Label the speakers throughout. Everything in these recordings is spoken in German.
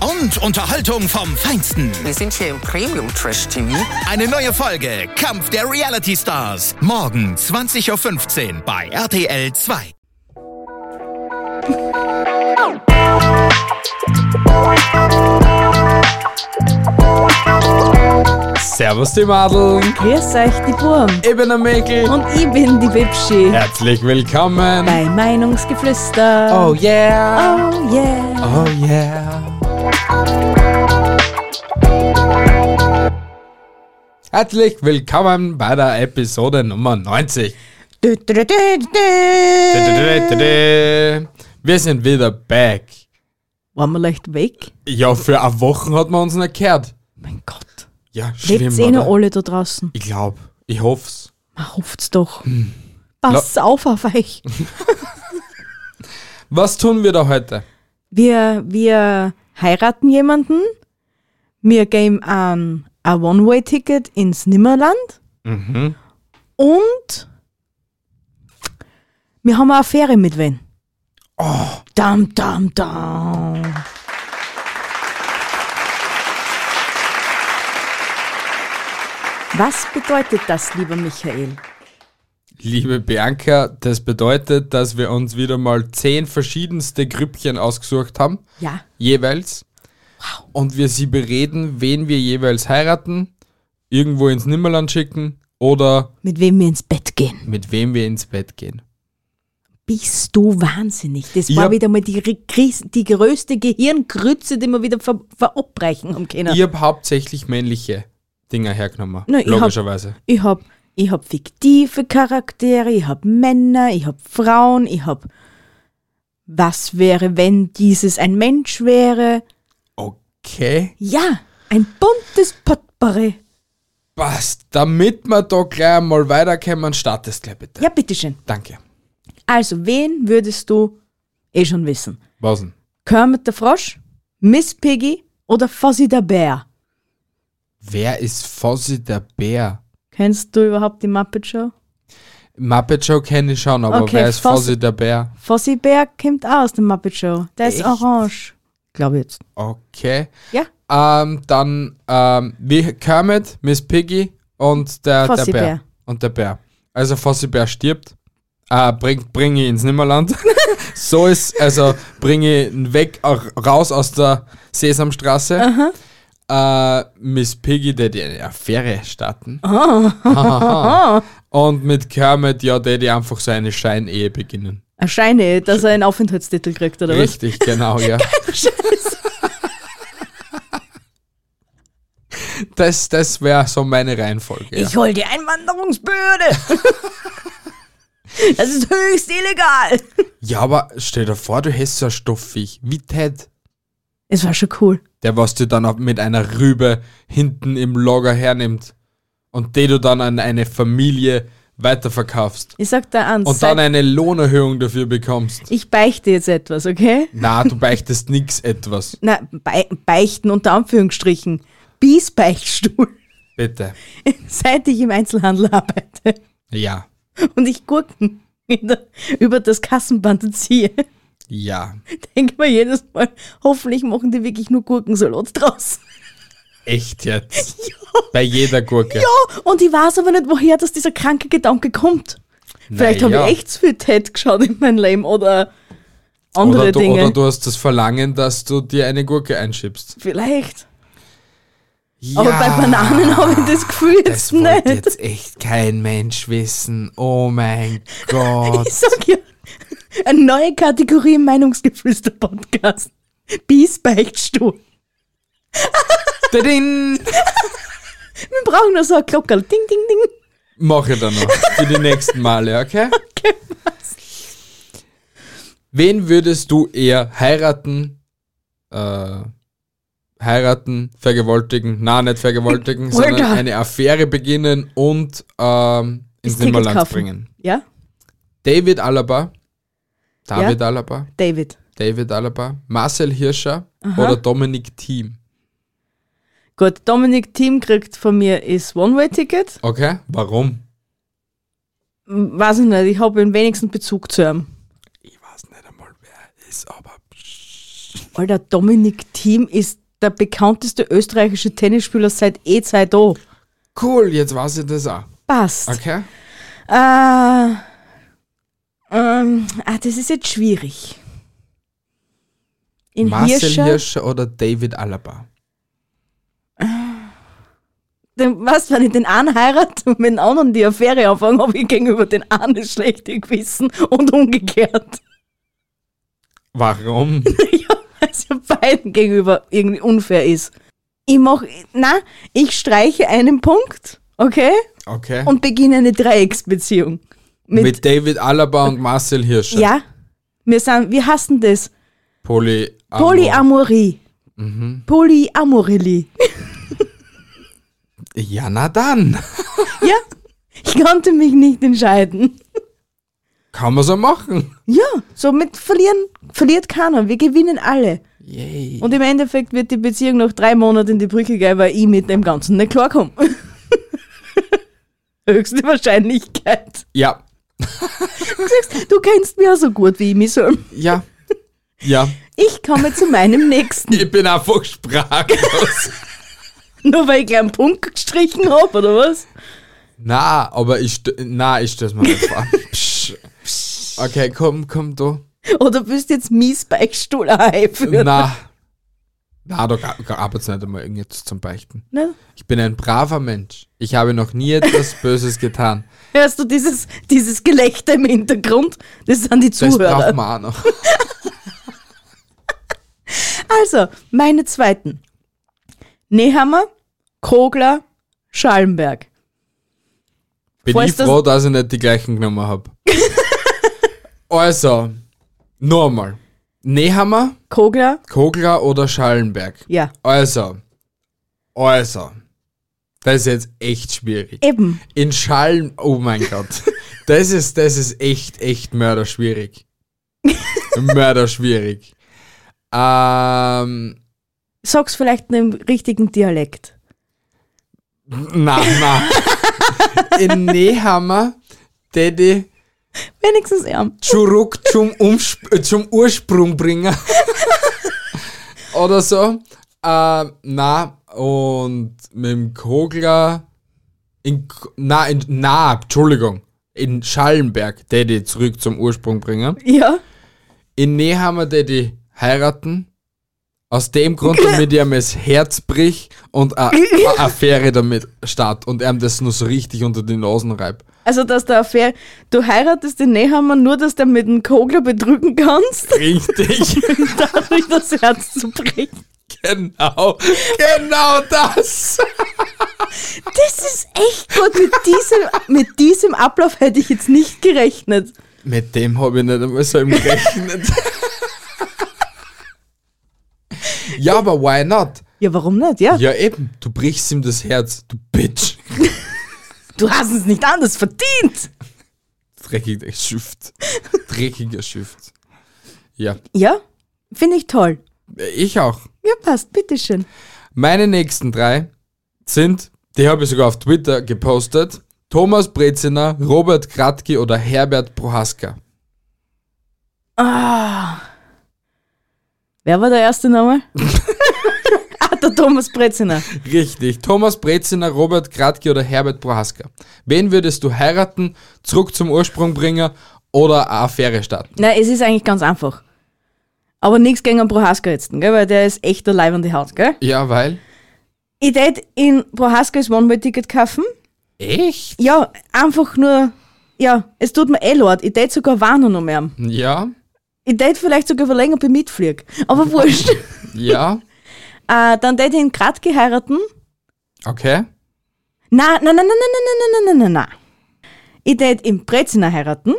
Speaker 1: und Unterhaltung vom Feinsten.
Speaker 2: Wir sind hier im Premium Trash TV.
Speaker 1: Eine neue Folge Kampf der Reality Stars. Morgen 20.15 Uhr bei RTL 2.
Speaker 3: Servus die Madeln,
Speaker 4: Grüß euch, die Burm.
Speaker 3: ich bin der Mikl.
Speaker 4: Und ich bin die Bibschi.
Speaker 3: Herzlich willkommen.
Speaker 4: Bei Meinungsgeflüster.
Speaker 3: Oh yeah,
Speaker 4: Oh yeah.
Speaker 3: oh yeah. Herzlich willkommen bei der Episode Nummer 90.
Speaker 4: Dö, dö, dö, dö, dö.
Speaker 3: Wir sind wieder back.
Speaker 4: Waren wir leicht weg?
Speaker 3: Ja, für eine Woche hat man uns nicht gehört.
Speaker 4: Mein Gott.
Speaker 3: Ja, schlimm,
Speaker 4: Lebt's eh noch
Speaker 3: oder?
Speaker 4: alle da draußen?
Speaker 3: Ich glaub, ich hoff's.
Speaker 4: Man hoffts doch. Passt auf auf euch.
Speaker 3: Was tun wir da heute?
Speaker 4: Wir, wir heiraten jemanden. Wir geben ein, ein One-Way-Ticket ins Nimmerland. Und wir haben eine Affäre mit wen? Oh. Dam, dam, dam. Was bedeutet das, lieber Michael?
Speaker 3: Liebe Bianca, das bedeutet, dass wir uns wieder mal zehn verschiedenste Grüppchen ausgesucht haben,
Speaker 4: Ja,
Speaker 3: jeweils. Und wir sie bereden, wen wir jeweils heiraten, irgendwo ins Nimmerland schicken oder
Speaker 4: mit wem wir ins Bett gehen.
Speaker 3: mit wem wir ins Bett gehen.
Speaker 4: Bist du wahnsinnig? Das war
Speaker 3: Ja.
Speaker 4: wieder mal die, ri- gris- die größte Gehirngrütze, die wir wieder ver verabreichen haben können.
Speaker 3: Ich habe hauptsächlich männliche Dinger hergenommen,
Speaker 4: Na, ich hab-
Speaker 3: logischerweise.
Speaker 4: Ich hab, ich hab fiktive Charaktere, ich hab Männer, ich hab Frauen, ich hab was wäre, wenn dieses ein Mensch wäre?
Speaker 3: Okay,
Speaker 4: Ja, ein buntes Potpourri.
Speaker 3: passt. Damit wir da gleich mal weiterkommen, startest gleich bitte.
Speaker 4: Ja, bitteschön.
Speaker 3: Danke.
Speaker 4: Also, wen würdest du eh schon wissen?
Speaker 3: Was denn?
Speaker 4: Kermit der Frosch, Miss Piggy oder Fuzzy der Bär?
Speaker 3: Wer ist Fossi der Bär?
Speaker 4: Kennst du überhaupt die Muppet Show?
Speaker 3: Muppet Show kenne ich schon, aber
Speaker 4: Okay,
Speaker 3: wer ist
Speaker 4: Fossi-
Speaker 3: Fossi der Bär?
Speaker 4: Fuzzy Bär kommt auch aus der Muppet Show. Der ist
Speaker 3: Echt?
Speaker 4: orange. Glaube jetzt.
Speaker 3: Okay.
Speaker 4: Ja,
Speaker 3: Ähm, dann ähm, wie Kermit, Miss Piggy und der, der
Speaker 4: Fossi
Speaker 3: Bär.
Speaker 4: Bär.
Speaker 3: Und der Bär. Also Fossi Bär stirbt. Äh, bring, bring ihn ins Nimmerland. so ist, also bring ihn weg, auch raus aus der Sesamstraße. Äh, Miss Piggy, der die eine Affäre starten.
Speaker 4: Oh.
Speaker 3: Hahaha. Und mit Kermit, ja, der die einfach so eine Scheinehe beginnen.
Speaker 4: erscheine, dass er einen Aufenthaltstitel kriegt, oder was?
Speaker 3: Richtig, genau, ja. Das, das wäre so meine Reihenfolge. Ja.
Speaker 4: Ich hol die Einwanderungsbehörde. das ist höchst illegal.
Speaker 3: ja, aber stell dir vor, du hättest so ein Stoffviech wie Ted.
Speaker 4: Es war schon cool.
Speaker 3: Der, was du dann auch mit einer Rübe hinten im Lager hernimmt und den du dann an eine Familie weiterverkaufst
Speaker 4: Ich sag dir eins.
Speaker 3: und dann äh,
Speaker 4: seit-
Speaker 3: eine Lohnerhöhung dafür bekommst.
Speaker 4: ich beichte jetzt etwas, okay?
Speaker 3: Na, du beichtest nix etwas.
Speaker 4: Na, bei, beichten unter Anführungsstrichen. Bis Beichtstuhl.
Speaker 3: Bitte.
Speaker 4: Seit ich im Einzelhandel arbeite
Speaker 3: Ja.
Speaker 4: und ich Gurken in der, über das Kassenband ziehe,
Speaker 3: Ja.
Speaker 4: denke mir jedes Mal, hoffentlich machen die wirklich nur Gurkensalat draus.
Speaker 3: Echt jetzt. Bei jeder Gurke.
Speaker 4: Ja, und ich weiß aber nicht, woher das dieser kranke Gedanke kommt. Vielleicht habe
Speaker 3: Naja.
Speaker 4: ich echt zu viel Ted geschaut in meinem Leben oder andere
Speaker 3: oder du,
Speaker 4: Dinge.
Speaker 3: Oder du hast das Verlangen, dass du dir eine Gurke einschiebst.
Speaker 4: Vielleicht. Aber bei Bananen habe ich das Gefühl
Speaker 3: Das
Speaker 4: jetzt
Speaker 3: wollte
Speaker 4: nicht.
Speaker 3: jetzt echt kein Mensch wissen. Oh mein Gott.
Speaker 4: Ich sag ja, eine neue Kategorie im Meinungsgeflüster-Podcast. Bis Beichtstuhl.
Speaker 3: Tadin!
Speaker 4: Wir brauchen noch so eine Glocke. Ding, ding, ding.
Speaker 3: Mach ich dann noch für die nächsten Male, okay?
Speaker 4: Okay,
Speaker 3: Wen würdest du eher heiraten äh, heiraten, vergewaltigen, na nicht vergewaltigen,
Speaker 4: Alter.
Speaker 3: sondern eine Affäre beginnen und ähm, ins
Speaker 4: Das Ticket
Speaker 3: Nimmerland
Speaker 4: kaufen.
Speaker 3: bringen.
Speaker 4: Ja,
Speaker 3: David Alaba, David Alaba,
Speaker 4: David.
Speaker 3: David Alaba, Marcel Hirscher oder Dominik Thiem.
Speaker 4: Gut, Dominik Thiem kriegt von mir ist One-Way-Ticket.
Speaker 3: Okay, warum?
Speaker 4: M- Weiß ich nicht, ich habe den wenigsten Bezug zu ihm.
Speaker 3: Ich weiß nicht einmal, wer ist, aber
Speaker 4: Alter, Dominik Thiem ist der bekannteste österreichische Tennisspieler seit eh Zeit da.
Speaker 3: cool, jetzt weiß ich das auch.
Speaker 4: Passt.
Speaker 3: Okay?
Speaker 4: Äh, ähm, ah, das ist jetzt schwierig. In
Speaker 3: Marcel Hirscher,
Speaker 4: Hirscher,
Speaker 3: oder David Alaba?
Speaker 4: den, was, wenn ich den einen heirate und mit dem anderen die Affäre anfange, habe ich gegenüber den einen schlechte Gewissen und umgekehrt.
Speaker 3: Warum?
Speaker 4: Weil es ja also beiden gegenüber irgendwie unfair ist. Ich mach, na, ich streiche einen Punkt, okay,
Speaker 3: Okay.
Speaker 4: und beginne eine Dreiecksbeziehung.
Speaker 3: mit,
Speaker 4: Mit,
Speaker 3: David Alaba und Marcel Hirscher.
Speaker 4: ja, wir sind, wir hassen das.
Speaker 3: Poly
Speaker 4: Polyamorie. Polyamorelli.
Speaker 3: Ja, na dann.
Speaker 4: Ja, ich konnte mich nicht entscheiden.
Speaker 3: Kann man so machen.
Speaker 4: Ja, somit verlieren, verliert keiner. Wir gewinnen alle.
Speaker 3: Yay.
Speaker 4: Und im Endeffekt wird die Beziehung nach drei Monaten in die Brücke gehen, weil ich mit dem Ganzen nicht klarkomme. Höchste Wahrscheinlichkeit.
Speaker 3: Ja,
Speaker 4: Du kennst mich ja so gut wie ich mich soll.
Speaker 3: ja, ja.
Speaker 4: Ich komme zu meinem nächsten.
Speaker 3: Ich bin einfach sprachlos.
Speaker 4: Nur weil ich gleich einen Punkt gestrichen habe, oder was?
Speaker 3: na, aber ich, stö- na, ich stöß mal nicht vor. Psch. Okay, komm, komm, du.
Speaker 4: Oder bist jetzt mies Beichtstuhl einführen?
Speaker 3: Na, na, da gab es nicht einmal irgendetwas zum Beichten.
Speaker 4: Nein.
Speaker 3: Ich bin ein braver Mensch. Ich habe noch nie etwas Böses getan.
Speaker 4: Hörst du dieses, dieses Gelächter im Hintergrund? Das sind die
Speaker 3: Das
Speaker 4: Zuhörer.
Speaker 3: braucht man auch noch.
Speaker 4: Also, meine zweiten. Nehammer, Kogler, Schallenberg.
Speaker 3: Bin
Speaker 4: Falls
Speaker 3: ich froh, dass ich nicht die gleichen genommen habe. also, nochmal. Nehammer,
Speaker 4: Kogler,
Speaker 3: Kogler oder Schallenberg?
Speaker 4: ja.
Speaker 3: Also, also, das ist jetzt echt schwierig.
Speaker 4: Eben.
Speaker 3: In Schallen, oh mein Gott. Das ist, das ist echt, echt mörderschwierig. mörderschwierig. Ähm,
Speaker 4: Sag's vielleicht in dem richtigen Dialekt.
Speaker 3: na, na. In Nehammer, Daddy,
Speaker 4: Wenigstens er.
Speaker 3: zurück zum, Umsp äh, zum Ursprung bringen. Oder so. Ähm, na, und mit dem Kogler. In, K- na, in, na, Entschuldigung. In Schallenberg, Daddy, zurück zum Ursprung bringen.
Speaker 4: Ja.
Speaker 3: In Nehammer, Daddy, heiraten. Aus dem Grund, damit ich ihm das Herz brich und eine Affäre damit start und ihm das nur so richtig unter die Nasen reibt.
Speaker 4: Also, dass der Affäre, du heiratest den Nehammer nur, dass du ihn mit dem Kogler bedrücken kannst,
Speaker 3: Richtig.
Speaker 4: dadurch das Herz zu brechen.
Speaker 3: Genau, genau das.
Speaker 4: Das ist echt gut. Mit diesem, mit diesem Ablauf hätte ich jetzt nicht gerechnet.
Speaker 3: Mit dem habe ich nicht einmal so im gerechnet. ja, aber why not?
Speaker 4: Ja, warum nicht? Ja.
Speaker 3: Ja, eben. Du brichst ihm das Herz, du Bitch.
Speaker 4: Du hast es nicht anders verdient.
Speaker 3: Dreckiger Schift. Dreckiger Schift. Ja,
Speaker 4: Ja, finde ich toll.
Speaker 3: ich auch.
Speaker 4: Ja, passt, bitteschön.
Speaker 3: Meine nächsten drei sind, die habe ich sogar auf Twitter gepostet, Thomas Breziner, Robert Kratki oder Herbert Prohaska.
Speaker 4: Ah. Wer war der erste nochmal? ah, der Thomas Breziner.
Speaker 3: Richtig. Thomas Breziner, Robert Kratki oder Herbert Prohaska. Wen würdest du heiraten, zurück zum Ursprung bringen oder eine Affäre starten?
Speaker 4: Nein, es ist eigentlich ganz einfach. Aber nichts gegen den Prohaska jetzt, gell? weil der ist echt der Leib an die Haut, gell?
Speaker 3: Ja, weil.
Speaker 4: Ich tät in Prohaska das One-Way-Ticket kaufen.
Speaker 3: Echt?
Speaker 4: Ja, einfach nur, ja, es tut mir eh leid. Ich tät sogar warnen noch mehr.
Speaker 3: Ja,
Speaker 4: Ich tät vielleicht sogar verlängern, ob ich mitfliege. Aber wurscht.
Speaker 3: ja.
Speaker 4: äh, dann tät ich in Grad geheiraten.
Speaker 3: Okay.
Speaker 4: Na, na, na, na, na, na, na, na, na, na, na. Ich tät im Breziner heiraten,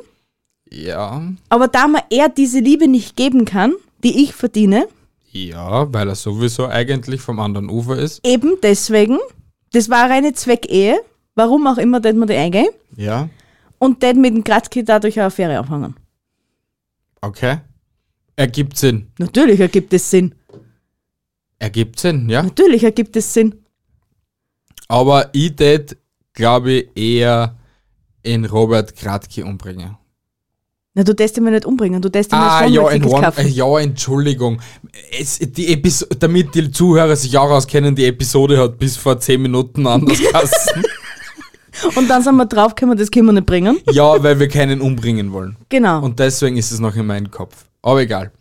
Speaker 3: Ja,
Speaker 4: aber da mir er diese Liebe nicht geben kann, die ich verdiene,
Speaker 3: Ja, weil er sowieso eigentlich vom anderen Ufer ist.
Speaker 4: Eben deswegen, das war eine Zweckehe, warum auch immer das man die eingehen,
Speaker 3: Ja.
Speaker 4: und das mit dem Kratzki dadurch eine Affäre aufhängen.
Speaker 3: Okay. Ergibt Sinn.
Speaker 4: Natürlich ergibt es Sinn.
Speaker 3: Ergibt Sinn, ja.
Speaker 4: Natürlich ergibt es Sinn.
Speaker 3: Aber ich tät, glaube ich, eher in Robert Kratke umbringen.
Speaker 4: Na, du darfst ihn mir nicht umbringen, du darfst ihm
Speaker 3: Ah,
Speaker 4: ein
Speaker 3: ja, in
Speaker 4: Sonnenticket
Speaker 3: Horn, äh,
Speaker 4: kaufen.
Speaker 3: ja, Entschuldigung. Es, die Episo damit die Zuhörer sich auch auskennen, die Episode hat bis vor 10 Minuten anders geheißen.
Speaker 4: Und dann sind wir draufgekommen, das können wir nicht bringen.
Speaker 3: ja, weil wir keinen umbringen wollen.
Speaker 4: Genau.
Speaker 3: Und deswegen ist es noch in meinem Kopf. Aber egal.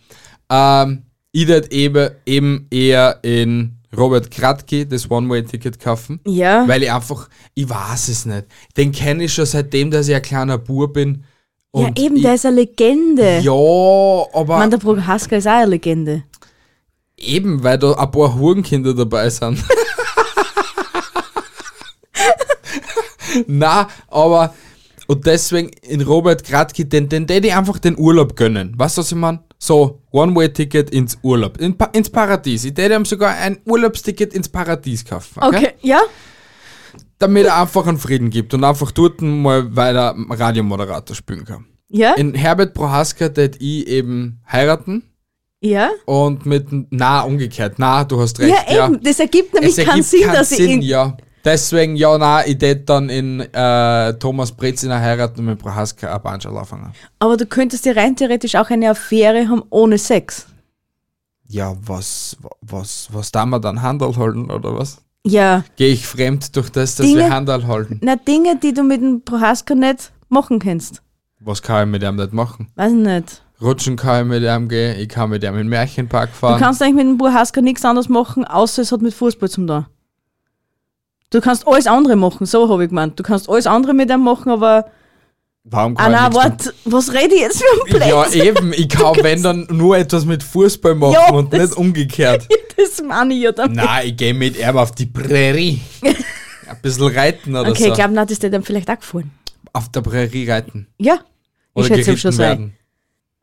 Speaker 3: Ähm, ich tät eben, eben eher in Robert Kratke das One-Way-Ticket kaufen.
Speaker 4: ja,
Speaker 3: Weil ich einfach, ich weiß es nicht. Den kenne ich schon seitdem, dass ich ein kleiner Bub bin.
Speaker 4: ja,
Speaker 3: Und
Speaker 4: eben,
Speaker 3: ich,
Speaker 4: der ist eine Legende.
Speaker 3: Ja, aber
Speaker 4: Man, der Bruder Haskell ist auch eine Legende.
Speaker 3: eben, weil da ein paar Hurenkinder dabei sind. Na, aber und deswegen in Robert Kratki, den, den, den ich einfach den Urlaub gönnen. Weißt du, was ich meine? So, One-Way-Ticket ins Urlaub, in, Pa- ins Paradies. Ich hätte ihm sogar ein Urlaubsticket ins Paradies kaufen.
Speaker 4: Okay, ja?
Speaker 3: Damit er einfach einen Frieden gibt und einfach dort mal weiter Radiomoderator spielen kann.
Speaker 4: Ja?
Speaker 3: In Herbert Prohaska tät ich eben heiraten
Speaker 4: ja?
Speaker 3: und mit, n- na, umgekehrt, na, du hast recht,
Speaker 4: Ja,
Speaker 3: ja.
Speaker 4: eben, das ergibt nämlich
Speaker 3: es ergibt
Speaker 4: keinen Sinn, dass ich
Speaker 3: Sinn,
Speaker 4: ihn.
Speaker 3: ja. Deswegen, ja, na, ich tät dann in äh, Thomas Brezina heiraten und mit Prohaska ein Banschal anfangen.
Speaker 4: Aber du könntest ja rein theoretisch auch eine Affäre haben ohne Sex.
Speaker 3: Ja, was, wa- was, was da wir dann Handel halten, oder was?
Speaker 4: Ja.
Speaker 3: Gehe ich fremd durch das, dass wir
Speaker 4: Dinge-
Speaker 3: Handel halten?
Speaker 4: Na, Dinge, die du mit dem Prohaska nicht machen kannst.
Speaker 3: Was kann ich mit dem nicht machen?
Speaker 4: Weiß ich nicht.
Speaker 3: Rutschen kann ich mit dem gehen, ich kann mit dem in den Märchenpark
Speaker 4: Du
Speaker 3: fahren.
Speaker 4: kannst eigentlich mit dem Prohaska nichts anderes machen, außer es hat mit Fußball zum da. Du kannst alles andere machen, so habe ich gemeint. Du kannst alles andere mit dem machen, aber.
Speaker 3: Warum
Speaker 4: Ah,
Speaker 3: kann ich
Speaker 4: nein,
Speaker 3: nichts
Speaker 4: warte, was rede ich jetzt für ein Blödsinn?
Speaker 3: Ja, eh. eben. Ich kann, wenn dann, nur etwas mit Fußball machen
Speaker 4: Ja,
Speaker 3: und
Speaker 4: das-
Speaker 3: nicht umgekehrt.
Speaker 4: Das meine ich ja damit.
Speaker 3: Nein, ich gehe mit ihm auf die Prärie. Ein bisschen reiten oder
Speaker 4: okay,
Speaker 3: so.
Speaker 4: ich glaube, das ist dir dann vielleicht auch gefallen.
Speaker 3: auf der Prärie reiten.
Speaker 4: Ja.
Speaker 3: Oder
Speaker 4: ich schätze ihm
Speaker 3: geritten
Speaker 4: schon so ein.
Speaker 3: werden.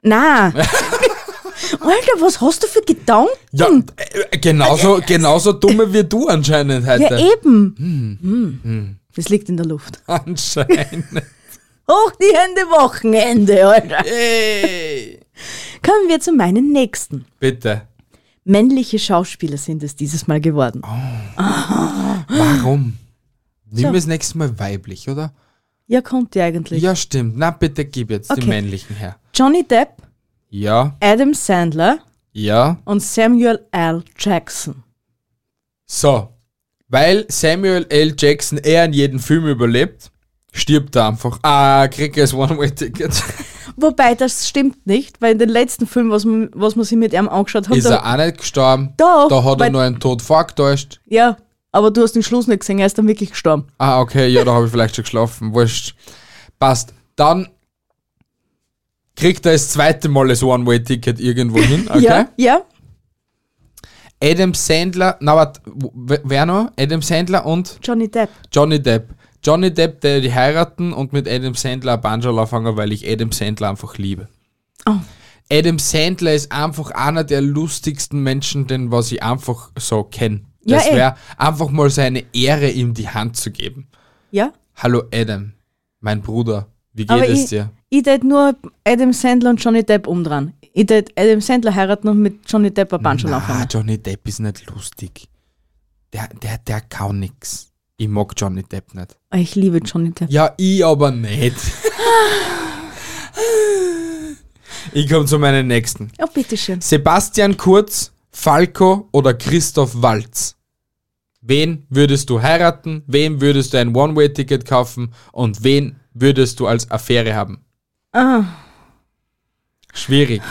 Speaker 4: Nein. Alter, was hast du für Gedanken?
Speaker 3: Ja, äh, genauso, genauso dumme wie du anscheinend
Speaker 4: Ja, eh.
Speaker 3: heute.
Speaker 4: eben. Hm. Das liegt in der Luft.
Speaker 3: anscheinend.
Speaker 4: Hoch die Hände, Wochenende, Alter.
Speaker 3: Ey.
Speaker 4: Kommen wir zu meinen nächsten.
Speaker 3: Bitte.
Speaker 4: Männliche Schauspieler sind es dieses Mal geworden.
Speaker 3: Oh. Warum? Nimm
Speaker 4: So.
Speaker 3: das nächste Mal weiblich, oder?
Speaker 4: Ja, konnte eigentlich.
Speaker 3: Ja, stimmt. Na, bitte gib jetzt die
Speaker 4: Okay.
Speaker 3: männlichen her.
Speaker 4: Johnny Depp,
Speaker 3: Ja,
Speaker 4: Adam Sandler
Speaker 3: ja.
Speaker 4: und Samuel L. Jackson.
Speaker 3: So, weil Samuel L. Jackson eher in jedem Film überlebt, stirbt er einfach. Ah, kriegt er das One-Way-Ticket.
Speaker 4: Wobei, das stimmt nicht, weil in den letzten Film, was man, was man sich mit ihm angeschaut hat,
Speaker 3: Ist
Speaker 4: da-
Speaker 3: er auch nicht gestorben.
Speaker 4: Doch,
Speaker 3: Da hat er
Speaker 4: weil-
Speaker 3: nur einen Tod vorgetäuscht.
Speaker 4: ja, aber du hast den Schluss nicht gesehen, er ist dann wirklich gestorben.
Speaker 3: Ah, okay, ja, da habe ich vielleicht schon geschlafen. Wurscht. Passt. Dann kriegt er das zweite Mal das One-Way-Ticket irgendwo hin. Okay.
Speaker 4: Ja, ja,
Speaker 3: Adam Sandler, na, warte, w- wer noch? Adam Sandler und
Speaker 4: Johnny Depp.
Speaker 3: Johnny Depp. Johnny Depp, der die heiraten und mit Adam Sandler ein Banjal anfangen, weil ich Adam Sandler einfach liebe.
Speaker 4: Oh.
Speaker 3: Adam Sandler ist einfach einer der lustigsten Menschen, den was ich einfach so kenne.
Speaker 4: Ja,
Speaker 3: Das
Speaker 4: eh.
Speaker 3: wäre einfach mal seine Ehre, ihm die Hand zu geben.
Speaker 4: Ja,
Speaker 3: Hallo Adam, mein Bruder, wie geht
Speaker 4: aber
Speaker 3: es
Speaker 4: ich,
Speaker 3: dir?
Speaker 4: ich tät nur Adam Sandler und Johnny Depp umdran. Ich tät Adam Sandler heiraten und mit Johnny Depp ein Banschel
Speaker 3: Ah,
Speaker 4: anfangen.
Speaker 3: Johnny Depp ist nicht lustig. Der, der, der kann nix. Ich mag Johnny Depp nicht.
Speaker 4: Ah, Ich liebe Johnny Depp.
Speaker 3: Ja, ich aber nicht. ich komme zu meinen nächsten.
Speaker 4: Ja, bitteschön.
Speaker 3: Sebastian Kurz, Falco oder Christoph Walz? Wen würdest du heiraten? Wem würdest du ein One-Way-Ticket kaufen? Und wen würdest du als Affäre haben?
Speaker 4: Ah.
Speaker 3: Schwierig.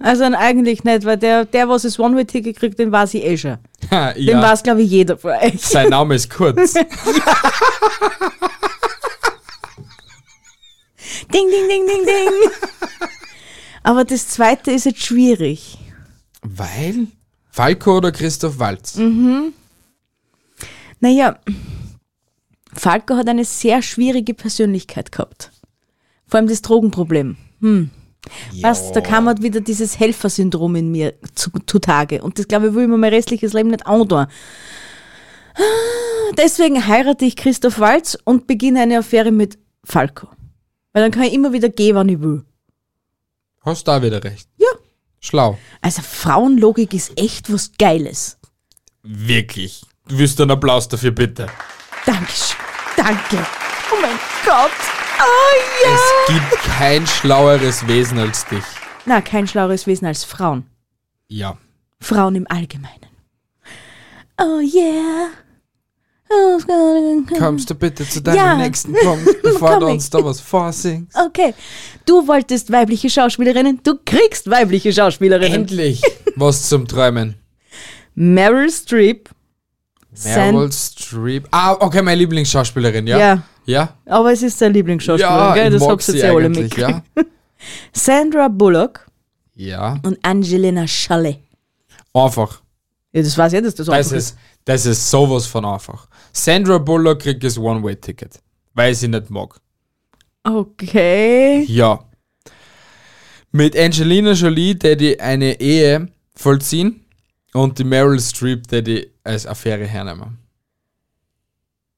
Speaker 4: Also nein, eigentlich nicht, weil der, der was das One-Way-Ticket kriegt, den weiß ich eh schon.
Speaker 3: Ha,
Speaker 4: Den
Speaker 3: ja.
Speaker 4: weiß, glaube ich, jeder von euch.
Speaker 3: Sein Name ist Kurz.
Speaker 4: Ding, ding, ding, ding, ding. Aber das zweite ist jetzt schwierig.
Speaker 3: Weil? Falco oder Christoph Walz?
Speaker 4: Naja, Falco hat eine sehr schwierige Persönlichkeit gehabt. Vor allem das Drogenproblem. Hm. Was, da kam halt wieder dieses Helfersyndrom in mir zu- zutage. Und das glaube ich, will ich mir mein restliches Leben nicht andauern. Ah, Deswegen heirate ich Christoph Walz und beginne eine Affäre mit Falco. Weil dann kann ich immer wieder gehen, wann ich will.
Speaker 3: Hast da wieder recht.
Speaker 4: Ja.
Speaker 3: Schlau.
Speaker 4: Also Frauenlogik ist echt was Geiles.
Speaker 3: Wirklich. Du wirst einen Applaus dafür, bitte.
Speaker 4: Dankeschön. Danke. Oh mein Gott. Oh ja.
Speaker 3: Es gibt kein schlaueres Wesen als dich.
Speaker 4: Na, kein schlaueres Wesen als Frauen.
Speaker 3: Ja.
Speaker 4: Frauen im Allgemeinen. Oh yeah. Oh,
Speaker 3: Kommst du bitte zu deinem
Speaker 4: Ja.
Speaker 3: nächsten Punkt, bevor du
Speaker 4: Komm
Speaker 3: uns
Speaker 4: ich.
Speaker 3: da was vorsingst?
Speaker 4: Okay. Du wolltest weibliche Schauspielerinnen, du kriegst weibliche Schauspielerinnen.
Speaker 3: Endlich. Was zum Träumen.
Speaker 4: Meryl Streep. San-
Speaker 3: Meryl Streep. Ah, okay, meine Lieblingsschauspielerin, ja?
Speaker 4: Ja.
Speaker 3: Ja?
Speaker 4: Aber es ist dein Lieblingsschauspielerin,
Speaker 3: Ja,
Speaker 4: gell?
Speaker 3: ich
Speaker 4: Das
Speaker 3: mag
Speaker 4: habt
Speaker 3: sie
Speaker 4: ihr jetzt ja alle
Speaker 3: eigentlich,
Speaker 4: mitgekriegt.
Speaker 3: ja?
Speaker 4: Sandra Bullock
Speaker 3: Ja.
Speaker 4: und Angelina Schalle.
Speaker 3: Einfach.
Speaker 4: Ja, das weiß ich, dass das
Speaker 3: Das
Speaker 4: einfach
Speaker 3: ist, das ist sowas von einfach. Sandra Bullock kriegt das One-Way-Ticket, weil ich sie nicht mag.
Speaker 4: Okay.
Speaker 3: Ja. Mit Angelina Jolie, der die eine Ehe vollziehen und die Meryl Streep, der die als Affäre hernehmen.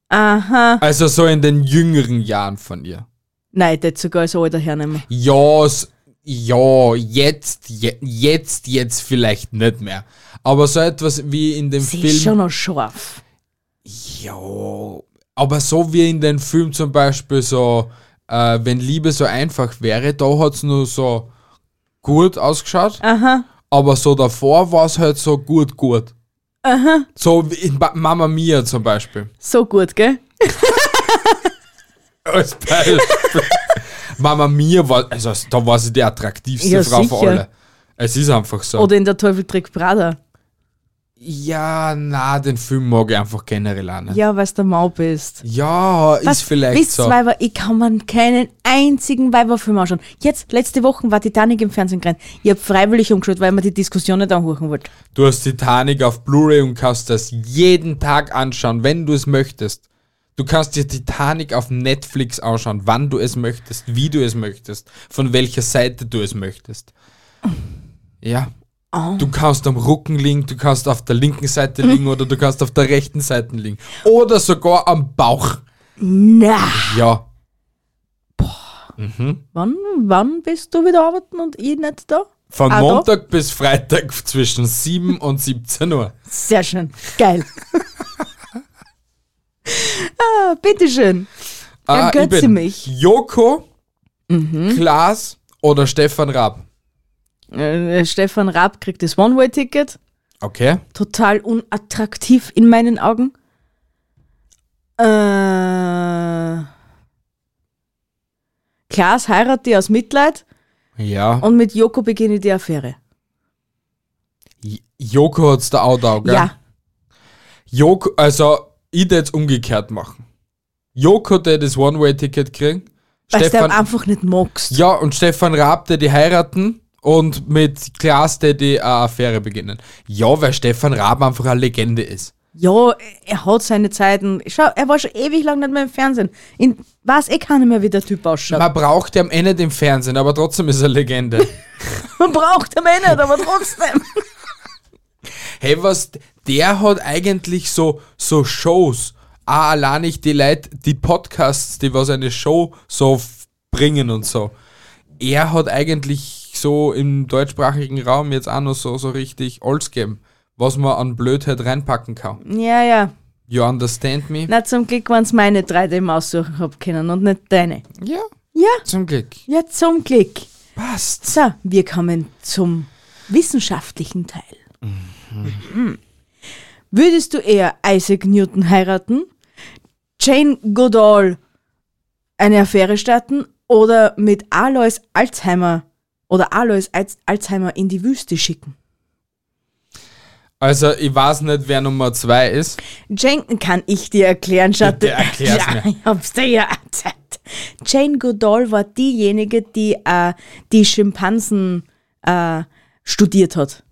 Speaker 4: Aha.
Speaker 3: Also so in den jüngeren Jahren von ihr.
Speaker 4: Nein, das sogar als alter hernehmen.
Speaker 3: Ja, s- ja, jetzt, je, jetzt, jetzt vielleicht nicht mehr. Aber so etwas wie in dem
Speaker 4: Sie
Speaker 3: Film.
Speaker 4: ist schon noch scharf.
Speaker 3: Ja, aber so wie in den Film zum Beispiel so, äh, wenn Liebe so einfach wäre, da hat es nur so gut ausgeschaut. Aber so davor war es halt so gut, gut. So wie in Ba- Mamma Mia zum Beispiel.
Speaker 4: So gut, gell?
Speaker 3: Als Beispiel. Mama Mia war, also da war sie die attraktivste
Speaker 4: Ja,
Speaker 3: Frau von
Speaker 4: sicher.
Speaker 3: alle. Es ist einfach so.
Speaker 4: Oder in der Teufel trägt Prada.
Speaker 3: ja, na, den Film mag ich einfach generell auch nicht.
Speaker 4: Ja, weil du der Mau bist.
Speaker 3: Ja, ist
Speaker 4: Was,
Speaker 3: vielleicht
Speaker 4: wisst
Speaker 3: so.
Speaker 4: Weiber, ich kann mir keinen einzigen Weiberfilm anschauen. Jetzt, letzte Woche war Titanic im Fernsehen gerannt. Ich habe freiwillig umgeschaut, weil man die Diskussion nicht anhören wollte.
Speaker 3: Du hast Titanic auf Blu-ray und kannst das jeden Tag anschauen, wenn du es möchtest. Du kannst dir Titanic auf Netflix anschauen, wann du es möchtest, wie du es möchtest, von welcher Seite du es möchtest. Ja.
Speaker 4: Ah.
Speaker 3: Du kannst am Rücken liegen, du kannst auf der linken Seite liegen oder du kannst auf der rechten Seite liegen. Oder sogar am Bauch.
Speaker 4: Na.
Speaker 3: Ja.
Speaker 4: Wann, wann bist du wieder arbeiten und ich nicht da?
Speaker 3: Von
Speaker 4: Ah, doch.
Speaker 3: Montag bis Freitag zwischen 7 und 17 Uhr.
Speaker 4: Sehr schön. Geil. ah, bitteschön.
Speaker 3: Ah, ich
Speaker 4: Ergötze
Speaker 3: bin
Speaker 4: mich. Mhm.
Speaker 3: Joko, Klaas oder Stefan Raab.
Speaker 4: Äh, Stefan Raab kriegt das One-Way-Ticket.
Speaker 3: Okay.
Speaker 4: Total unattraktiv in meinen Augen. Äh, Klaas heiratet die aus Mitleid
Speaker 3: Ja.
Speaker 4: und mit Joko beginne ich die Affäre.
Speaker 3: J- Joko hat's da auch da, gell?
Speaker 4: Ja,
Speaker 3: Joko, also, ich würde jetzt umgekehrt machen. Joko, der das One-Way-Ticket kriegen.
Speaker 4: weil du ihn
Speaker 3: Stefan,
Speaker 4: einfach nicht magst.
Speaker 3: ja, und Stefan Raab, der die heiraten. Und mit Klaas, der die eine Affäre beginnen. Ja, weil Stefan Raab einfach eine Legende ist.
Speaker 4: Ja, er hat seine Zeiten. Schau, er war schon ewig lang nicht mehr im Fernsehen. In, weiß eh keiner mehr, wie der Typ ausschaut.
Speaker 3: Man braucht ja am Ende den Fernsehen, aber trotzdem ist er Legende.
Speaker 4: Man braucht am Ende, aber trotzdem.
Speaker 3: Hey, was, der hat eigentlich so, so Shows. Ah, allein nicht die Leute, die Podcasts, die was eine Show so f- bringen und so. Er hat eigentlich so im deutschsprachigen Raum jetzt auch noch so, so richtig Oldscam, was man an Blödheit reinpacken kann.
Speaker 4: Ja, ja.
Speaker 3: You understand me?
Speaker 4: Na, zum Glück waren es meine drei, die ich mir aussuchen hab können und nicht deine.
Speaker 3: Ja,
Speaker 4: Ja,
Speaker 3: zum Glück.
Speaker 4: ja, zum Glück.
Speaker 3: Passt.
Speaker 4: So, wir kommen zum wissenschaftlichen Teil. Mhm. Würdest du eher Isaac Newton heiraten, Jane Goodall eine Affäre starten oder mit Alois Alzheimer oder Alois Alz- Alzheimer in die Wüste schicken?
Speaker 3: Also, ich weiß nicht, wer Nummer zwei ist.
Speaker 4: Jane, kann ich dir erklären, Schatte?
Speaker 3: Bitte erklär's
Speaker 4: ja,
Speaker 3: mir.
Speaker 4: ich hab's dir ja erzählt. Jane Goodall war diejenige, die äh, die Schimpansen äh, studiert hat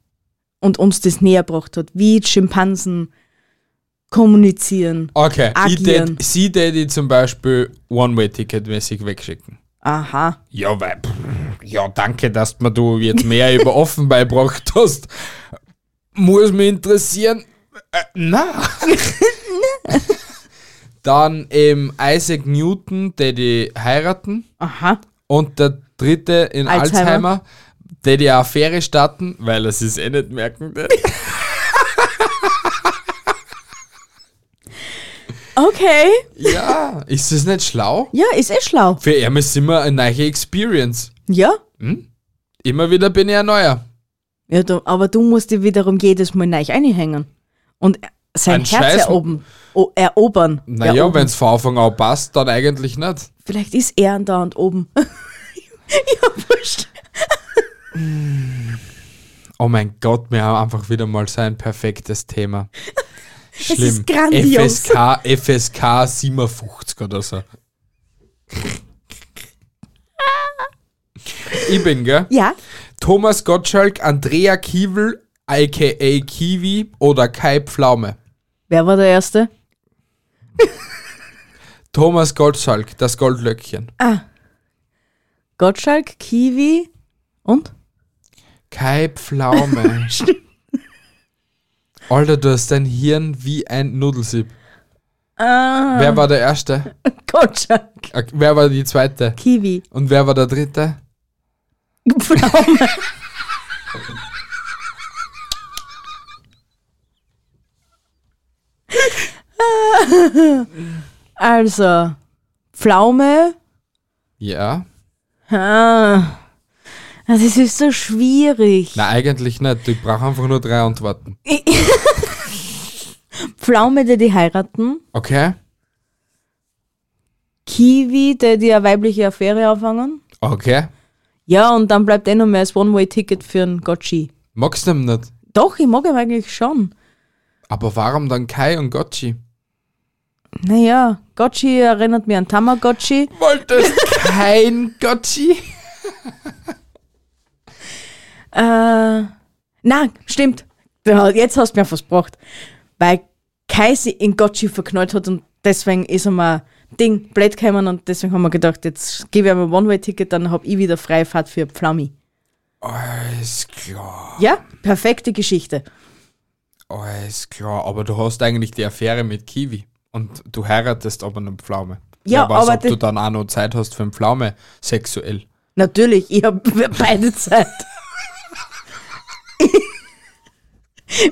Speaker 4: und uns das näher gebracht hat, wie Schimpansen kommunizieren.
Speaker 3: Okay, ich
Speaker 4: Agieren.
Speaker 3: tät, sie tät ich zum Beispiel One-Way-Ticket-mäßig wegschicken.
Speaker 4: Aha.
Speaker 3: Ja, weil, pff, ja, danke, dass mir du jetzt mehr über offen beibracht hast. Muss mich interessieren. Äh, na. Dann eben Isaac Newton, der die heiraten.
Speaker 4: Aha.
Speaker 3: Und der dritte in
Speaker 4: Alzheimer.
Speaker 3: Alzheimer, der die eine Affäre starten, weil er es eh nicht merken wird.
Speaker 4: Okay.
Speaker 3: ja, ist das nicht schlau?
Speaker 4: Ja, ist eh schlau.
Speaker 3: Für ihn ist immer eine neue Experience.
Speaker 4: Ja.
Speaker 3: Immer wieder bin ich ein neuer.
Speaker 4: ja du, aber du musst dir wiederum jedes Mal neu einhängen. Und sein
Speaker 3: Ein
Speaker 4: Herz
Speaker 3: Scheiß-
Speaker 4: erobern. O, erobern.
Speaker 3: Naja,
Speaker 4: Erobern.
Speaker 3: wenn es von Anfang an passt, dann eigentlich nicht.
Speaker 4: Vielleicht ist er da und oben. ja, wurscht.
Speaker 3: Oh mein Gott, wir haben einfach wieder mal so ein perfektes Thema. Schlimm.
Speaker 4: ist grandios.
Speaker 3: FSK, FSK 57 oder so. ich bin, gell?
Speaker 4: Ja.
Speaker 3: Thomas Gottschalk, Andrea Kiewel, aka Kiwi oder Kai Pflaume.
Speaker 4: Wer war der Erste?
Speaker 3: Thomas Gottschalk, das Goldlöckchen.
Speaker 4: Ah. Gottschalk, Kiwi und?
Speaker 3: Kai Pflaume. Alter, du hast dein Hirn wie ein Nudelsieb.
Speaker 4: Ah.
Speaker 3: Wer war der Erste?
Speaker 4: Gottschalk,
Speaker 3: Äh, Wer war die Zweite?
Speaker 4: Kiwi,
Speaker 3: Und wer war der Dritte?
Speaker 4: Pflaume. also, Pflaume.
Speaker 3: Ja.
Speaker 4: Ah, das ist so schwierig.
Speaker 3: Na eigentlich nicht. Ich brauche einfach nur drei Antworten.
Speaker 4: Pflaume, der die heiraten.
Speaker 3: Okay?
Speaker 4: Kiwi, der die eine weibliche Affäre anfangen.
Speaker 3: Okay.
Speaker 4: Ja, und dann bleibt eh noch mehr als One-Way-Ticket für einen Gotchi.
Speaker 3: Magst du ihn nicht?
Speaker 4: Doch, ich mag ihn eigentlich schon.
Speaker 3: Aber warum dann Kai und Gotchi?
Speaker 4: Naja, Gotchi erinnert mich an Tamagotchi.
Speaker 3: Wolltest kein Gotchi?
Speaker 4: Äh, na, stimmt. Da- Jetzt hast du mir versprochen. Weil Kai sie in Gotchi verknallt hat und deswegen ist er mal Ding blöd gekommen und deswegen haben wir gedacht, jetzt gebe ich ihm ein One-Way-Ticket, dann hab ich wieder freie Fahrt für Pflami.
Speaker 3: Alles klar,
Speaker 4: Ja, perfekte Geschichte.
Speaker 3: alles klar. Aber du hast eigentlich die Affäre mit Kiwi. Und du heiratest aber einen Pflaume.
Speaker 4: Ja,
Speaker 3: Wer weiß,
Speaker 4: aber
Speaker 3: ob du
Speaker 4: das-
Speaker 3: dann auch noch Zeit hast für einen Pflaume, sexuell.
Speaker 4: Natürlich, ich habe beide Zeit.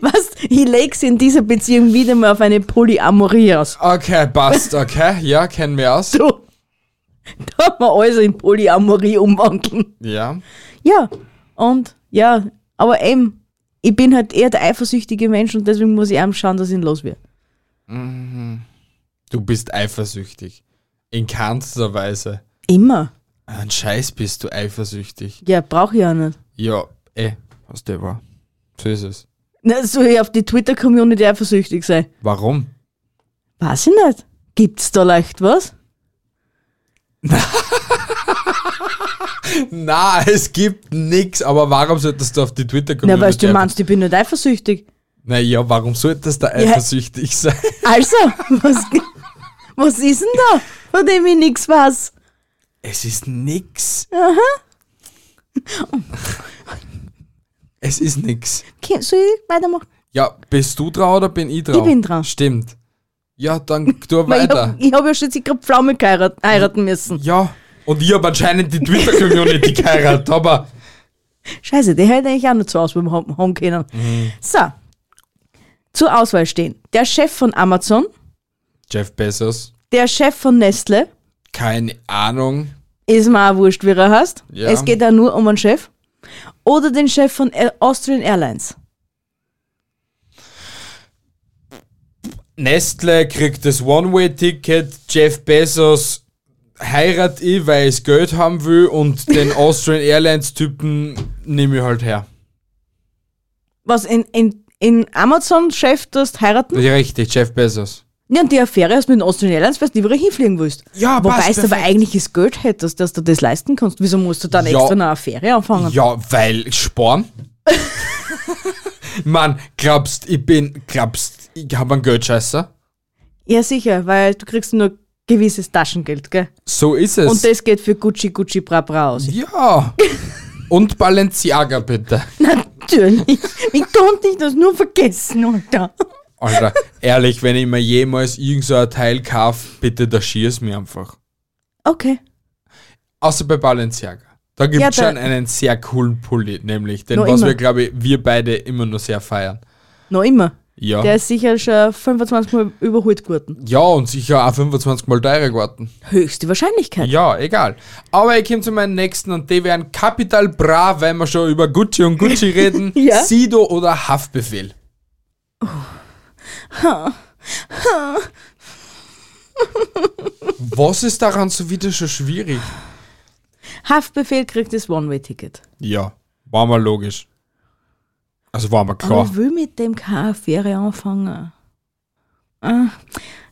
Speaker 4: Was? Ich leg's in dieser Beziehung wieder mal auf eine Polyamorie aus.
Speaker 3: Okay, passt, okay. Ja, kennen wir aus.
Speaker 4: Du, da hat man alles in Polyamorie umwandeln.
Speaker 3: Ja.
Speaker 4: Ja, und ja, aber eben, ich bin halt eher der eifersüchtige Mensch und deswegen muss ich eben schauen, dass ich ihn los wird.
Speaker 3: Du bist eifersüchtig. In keinster Weise.
Speaker 4: Immer.
Speaker 3: Ein Scheiß bist du eifersüchtig.
Speaker 4: Ja, brauche ich ja nicht.
Speaker 3: Ja, eh, was der war. So ist es.
Speaker 4: Na, soll ich auf die Twitter-Community eifersüchtig sein?
Speaker 3: Warum?
Speaker 4: Weiß ich nicht. Gibt's da leicht was?
Speaker 3: Na, es gibt nix, aber warum solltest du auf die Twitter-Community?
Speaker 4: Na, weißt du, meinst, ich bin nicht eifersüchtig.
Speaker 3: Naja, warum solltest du eifersüchtig sein?
Speaker 4: Also, was, was ist denn da, von dem ich nix weiß?
Speaker 3: Es ist nix. es ist nix.
Speaker 4: Okay, soll ich weitermachen?
Speaker 3: Ja, bist du dran oder bin ich dran?
Speaker 4: Ich bin dran.
Speaker 3: Stimmt. Ja, dann tu
Speaker 4: Weil ich
Speaker 3: weiter.
Speaker 4: hab, ich hab ja schließlich gerade Pflaume geheirat- heiraten müssen.
Speaker 3: Ja, und ich habe anscheinend die Twitter-Community geheiratet, aber
Speaker 4: Scheiße, die hätte ich auch noch zur Auswahl haben haben können.
Speaker 3: Mhm.
Speaker 4: So, zur Auswahl stehen der Chef von Amazon,
Speaker 3: Jeff Bezos,
Speaker 4: der Chef von Nestle,
Speaker 3: keine Ahnung.
Speaker 4: ist mir auch wurscht, wie er heißt.
Speaker 3: Ja.
Speaker 4: Es geht ja nur um einen Chef. Oder den Chef von Air- Austrian Airlines.
Speaker 3: Nestle kriegt das One-Way-Ticket, Jeff Bezos heirat ich, weil ich Geld haben will und den Austrian Airlines-Typen nehme ich halt her.
Speaker 4: Was, in, in, in Amazon-Chef das heiraten?
Speaker 3: Richtig, Jeff Bezos.
Speaker 4: Ja, und die Affäre hast mit den Austrian Airlines, weil du lieber hinfliegen willst.
Speaker 3: Ja,
Speaker 4: Wobei
Speaker 3: passt,
Speaker 4: du aber
Speaker 3: perfekt.
Speaker 4: eigentlich das Geld hättest, dass du das leisten kannst. Wieso musst du dann
Speaker 3: Ja.
Speaker 4: extra eine Affäre anfangen?
Speaker 3: Ja, weil sparen. Mann, glaubst, ich bin, glaubst, ich habe einen Geldscheißer?
Speaker 4: Ja, sicher, weil du kriegst nur gewisses Taschengeld, gell?
Speaker 3: So ist es. Mhm.
Speaker 4: Und das geht für Gucci, Gucci, Bra, Bra aus.
Speaker 3: ja. Und Balenciaga, bitte.
Speaker 4: Natürlich. Wie konnte ich das nur vergessen, Alter?
Speaker 3: Alter, ehrlich, wenn ich mir jemals irgend so ein Teil kaufe, bitte da schier's mir einfach.
Speaker 4: Okay.
Speaker 3: Außer bei Balenciaga. Da gibt
Speaker 4: Ja,
Speaker 3: es
Speaker 4: da-
Speaker 3: schon einen sehr coolen Pulli, nämlich den,
Speaker 4: Noch
Speaker 3: was
Speaker 4: immer.
Speaker 3: wir, glaube ich, wir beide immer noch sehr feiern.
Speaker 4: Noch immer.
Speaker 3: Ja.
Speaker 4: Der ist sicher schon 25 Mal überholt geworden.
Speaker 3: ja, und sicher auch 25 Mal teurer geworden.
Speaker 4: Höchste Wahrscheinlichkeit.
Speaker 3: Ja, egal. Aber ich komme zu meinem nächsten und die wären Capital Bra, wenn wir schon über Gucci und Gucci reden.
Speaker 4: Ja.
Speaker 3: Sido oder Haftbefehl. Was ist daran so wieder schon schwierig?
Speaker 4: Haftbefehl kriegt das One-Way-Ticket.
Speaker 3: Ja, war mal logisch. Also war mal
Speaker 4: Aber
Speaker 3: klar.
Speaker 4: ich will mit dem keine Affäre anfangen. Ah.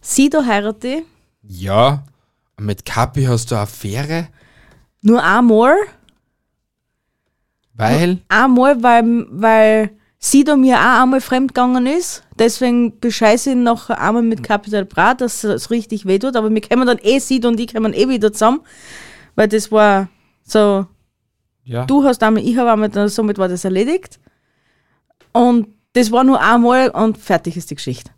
Speaker 4: Sido heirate ich.
Speaker 3: Ja, mit Kapi hast du eine Affäre,
Speaker 4: nur einmal.
Speaker 3: weil
Speaker 4: Einmal, weil, weil Sido mir auch einmal fremdgegangen ist. Deswegen bescheiße ich ihn noch einmal mit Capital Bra, dass es richtig weh tut. Aber wir kommen dann eh, Sido und ich kommen eh wieder zusammen. Weil das war so,
Speaker 3: ja.
Speaker 4: du hast einmal, ich habe einmal, dann somit war das erledigt. Und das war nur einmal und fertig ist die Geschichte.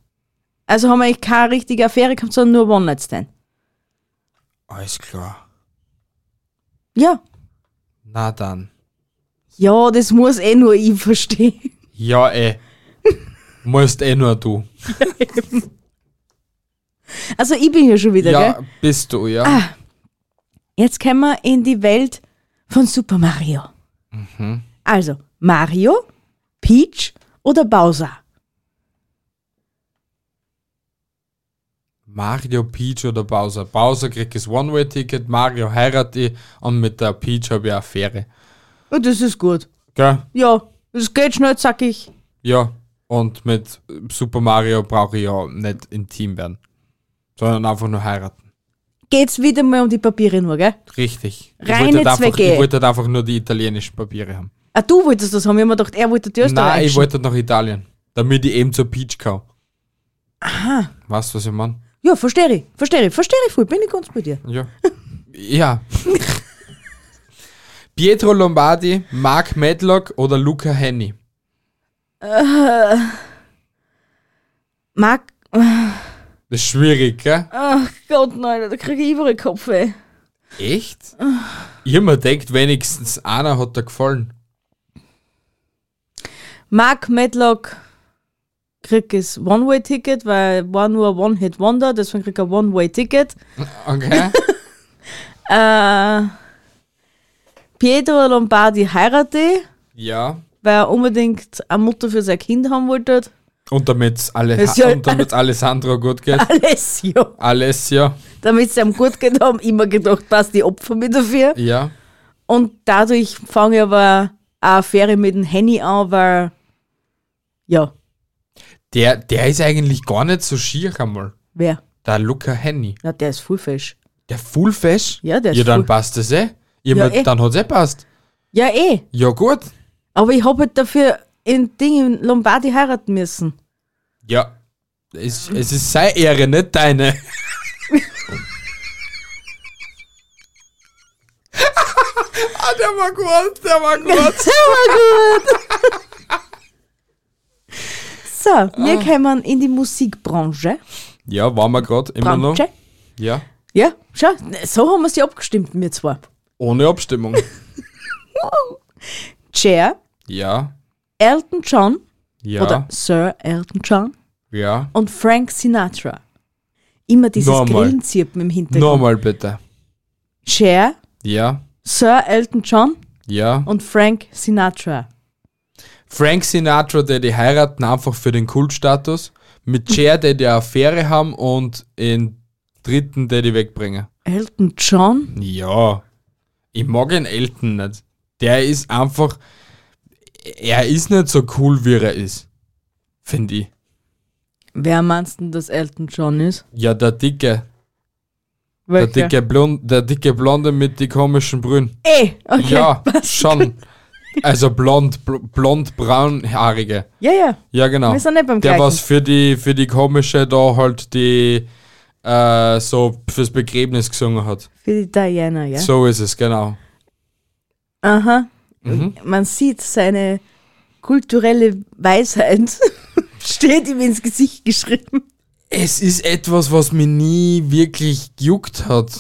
Speaker 4: Also haben wir eigentlich keine richtige Affäre gehabt, sondern nur One-Night-Stand.
Speaker 3: Alles klar.
Speaker 4: Ja.
Speaker 3: Na dann.
Speaker 4: Ja, das muss eh nur ich verstehen.
Speaker 3: Ja, eh. Musst eh nur du.
Speaker 4: Also ich eh. Ah. bin hier schon wieder, gell?
Speaker 3: Ja, bist du, ja.
Speaker 4: Jetzt kommen wir in die Welt von Super Mario.
Speaker 3: Mhm.
Speaker 4: Also Mario, Peach oder Bowser?
Speaker 3: Mario, Peach oder Bowser. Bowser kriegt das One-Way-Ticket, Mario heiratet ich und mit der Peach habe ich eine Affäre.
Speaker 4: Ja, das ist gut.
Speaker 3: Gell?
Speaker 4: Ja, das geht schnell, sag ich.
Speaker 3: Ja. Und mit Super Mario brauche ich ja nicht intim werden, sondern einfach nur heiraten.
Speaker 4: Geht's wieder mal um die Papiere nur, gell?
Speaker 3: Richtig. Ich
Speaker 4: Reine
Speaker 3: wollte halt einfach,
Speaker 4: Zwecke.
Speaker 3: ich wollte halt einfach nur die italienischen Papiere haben.
Speaker 4: Ah, du wolltest das haben. Ich hab mir gedacht, er wollte die
Speaker 3: Nein, ich
Speaker 4: Österreich.
Speaker 3: wollte nach Italien, damit ich eben zur Peach kann. Aha. Weißt du, was ich meine?
Speaker 4: Ja, verstehe ich, verstehe ich, verstehe ich voll. Bin ich ganz bei dir.
Speaker 3: Ja. ja. Pietro Lombardi, Mark Medlock oder Luca Henny?
Speaker 4: Mag,
Speaker 3: Das ist schwierig, gell?
Speaker 4: ach Gott, nein, da kriege ich überall Kopf, ey.
Speaker 3: Echt? Ich hab mir gedacht, wenigstens einer hat da gefallen.
Speaker 4: Mark Medlock kriegt das One-Way-Ticket, weil war nur ein One-Hit-Wonder, deswegen kriegt er ein One-Way-Ticket.
Speaker 3: Okay.
Speaker 4: Äh, Pietro Lombardi heirate,
Speaker 3: ja.
Speaker 4: weil er unbedingt eine Mutter für sein Kind haben wollte.
Speaker 3: Und damit alle,
Speaker 4: Es soll-
Speaker 3: und damit's Alessandro gut geht.
Speaker 4: Alessio.
Speaker 3: Alessia,
Speaker 4: Damit es ihm gut geht, haben immer gedacht, passt die Opfer mit dafür.
Speaker 3: ja.
Speaker 4: Und dadurch fange ich aber eine Affäre mit dem Henny an, weil, ja,
Speaker 3: Der, der ist eigentlich gar nicht so schier einmal.
Speaker 4: wer?
Speaker 3: Der Luca Henny.
Speaker 4: Na, der ist full fisch.
Speaker 3: Der Full Fish?
Speaker 4: Ja, der ist
Speaker 3: Ja, dann
Speaker 4: full-
Speaker 3: passt das eh. Ja,
Speaker 4: Ja,
Speaker 3: mir-
Speaker 4: eh.
Speaker 3: Dann hat es eh passt.
Speaker 4: Ja, eh.
Speaker 3: Ja, gut.
Speaker 4: Aber ich habe halt dafür in Ding in Lombardi heiraten müssen.
Speaker 3: Ja. Es, es ist seine Ehre, nicht deine. ah, der war gut, der war gut.
Speaker 4: So,
Speaker 3: Ah.
Speaker 4: wir kommen in die Musikbranche.
Speaker 3: ja, waren wir gerade immer
Speaker 4: Branche.
Speaker 3: noch. Ja.
Speaker 4: Ja, schau, so haben wir sie abgestimmt, wir zwei.
Speaker 3: Ohne Abstimmung.
Speaker 4: Cher,
Speaker 3: ja.
Speaker 4: Elton John
Speaker 3: Ja.
Speaker 4: oder Sir Elton John
Speaker 3: ja.
Speaker 4: und Frank Sinatra. Immer dieses
Speaker 3: Nochmal.
Speaker 4: Grillenzirpen im Hintergrund.
Speaker 3: Nochmal bitte.
Speaker 4: Cher,
Speaker 3: Ja.
Speaker 4: Sir Elton John
Speaker 3: Ja.
Speaker 4: und Frank Sinatra.
Speaker 3: Frank Sinatra, der die heiraten, einfach für den Kultstatus. Mit Cher, der die eine Affäre haben und den dritten, der die wegbringen.
Speaker 4: Elton John?
Speaker 3: Ja, ich mag ihn Elton nicht. Der ist einfach, er ist nicht so cool, wie er ist. Finde ich.
Speaker 4: Wer meinst denn, dass Elton John ist?
Speaker 3: Ja, der dicke, der
Speaker 4: Welcher?
Speaker 3: dicke, Blond, der dicke Blonde mit die komischen Brünen.
Speaker 4: Eh, okay.
Speaker 3: ja,
Speaker 4: passt.
Speaker 3: schon. Also blond, bl blond braunhaarige.
Speaker 4: Ja, ja.
Speaker 3: Ja, genau.
Speaker 4: Wir sind nicht beim
Speaker 3: der
Speaker 4: gleichen.
Speaker 3: was für die für die komische da halt die äh, so fürs Begräbnis gesungen hat.
Speaker 4: Für die Diana, ja.
Speaker 3: So ist es, genau.
Speaker 4: Aha.
Speaker 3: Mhm.
Speaker 4: Man sieht seine kulturelle Weisheit. Steht ihm ins Gesicht geschrieben.
Speaker 3: Es ist etwas, was mir nie wirklich gejuckt hat.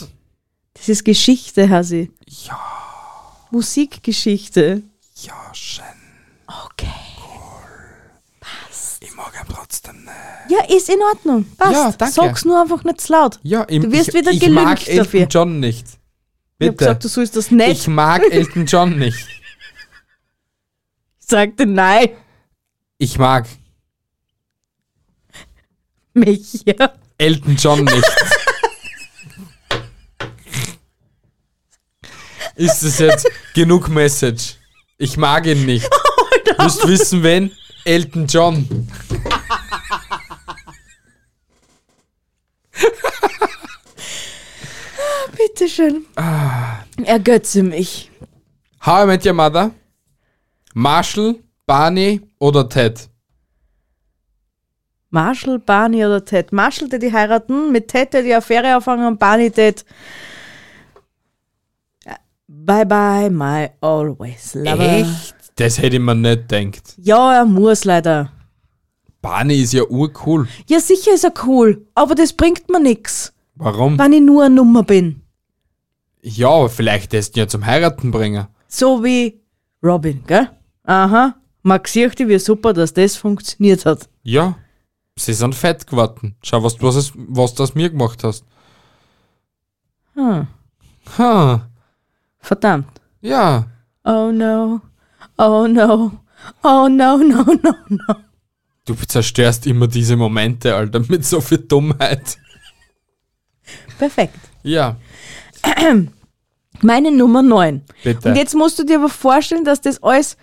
Speaker 4: Das ist Geschichte, Hasi. Ja. Musikgeschichte.
Speaker 3: Ja, schön.
Speaker 4: Okay.
Speaker 3: Ich mag ihn trotzdem nicht.
Speaker 4: Ja, ist in Ordnung. Passt.
Speaker 3: Ja, danke.
Speaker 4: Sag's nur einfach nicht zu laut.
Speaker 3: Ja, ich,
Speaker 4: Du wirst
Speaker 3: ich,
Speaker 4: wieder
Speaker 3: ich
Speaker 4: gelüncht
Speaker 3: mag Elton
Speaker 4: dafür.
Speaker 3: John nicht.
Speaker 4: Ich hab
Speaker 3: Bitte.
Speaker 4: gesagt, du sollst das nicht.
Speaker 3: ich mag Elton John nicht.
Speaker 4: Ich sagte nein,
Speaker 3: Ich mag
Speaker 4: mich. Ja.
Speaker 3: Elton John nicht. Ist es jetzt genug Message? Ich mag ihn nicht.
Speaker 4: Oh,
Speaker 3: Willst wissen, wen? Elton John.
Speaker 4: Bitteschön. Ergötze mich.
Speaker 3: How I Met Your Mother? Marshall, Barney oder Ted?
Speaker 4: Marshall, Barney oder Ted? Marshall, der die heiraten, mit Ted, der die Affäre anfangen und Barney, Ted. Bye bye, my always lover.
Speaker 3: Echt? Das hätte man nicht gedacht.
Speaker 4: Ja, er muss leider.
Speaker 3: Barney ist ja urcool.
Speaker 4: Ja, sicher ist er cool, aber das bringt mir nix,
Speaker 3: Warum?
Speaker 4: wenn ich nur eine Nummer bin.
Speaker 3: Ja, aber vielleicht das ja zum Heiraten bringen.
Speaker 4: So wie Robin, gell? Aha. Man sieht, wie super, dass das funktioniert hat.
Speaker 3: Ja, sie sind fett geworden. Schau, was, was, es- was du aus mir gemacht hast.
Speaker 4: Hm.
Speaker 3: Ha.
Speaker 4: Verdammt.
Speaker 3: Ja,
Speaker 4: Oh no. Oh no. Oh no, no, no, no.
Speaker 3: du zerstörst immer diese Momente, Alter, mit so viel Dummheit.
Speaker 4: Perfekt.
Speaker 3: Ja,
Speaker 4: Meine Nummer 9.
Speaker 3: bitte.
Speaker 4: Und jetzt musst du dir aber vorstellen, dass das alles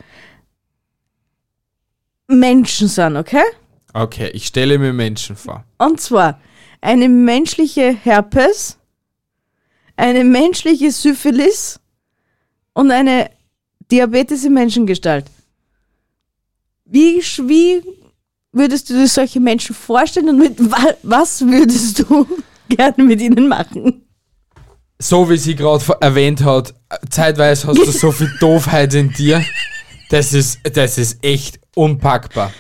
Speaker 4: Menschen sind, okay?
Speaker 3: Okay, ich stelle mir Menschen vor.
Speaker 4: Und zwar eine menschliche Herpes, eine menschliche Syphilis und eine Diabetes in Menschengestalt. Wie, sch- wie würdest du dir solche Menschen vorstellen und mit wa was würdest du gerne mit ihnen machen?
Speaker 3: So wie sie gerade vor- erwähnt hat, zeitweise hast du so viel Doofheit in dir. Das ist, das ist echt unpackbar.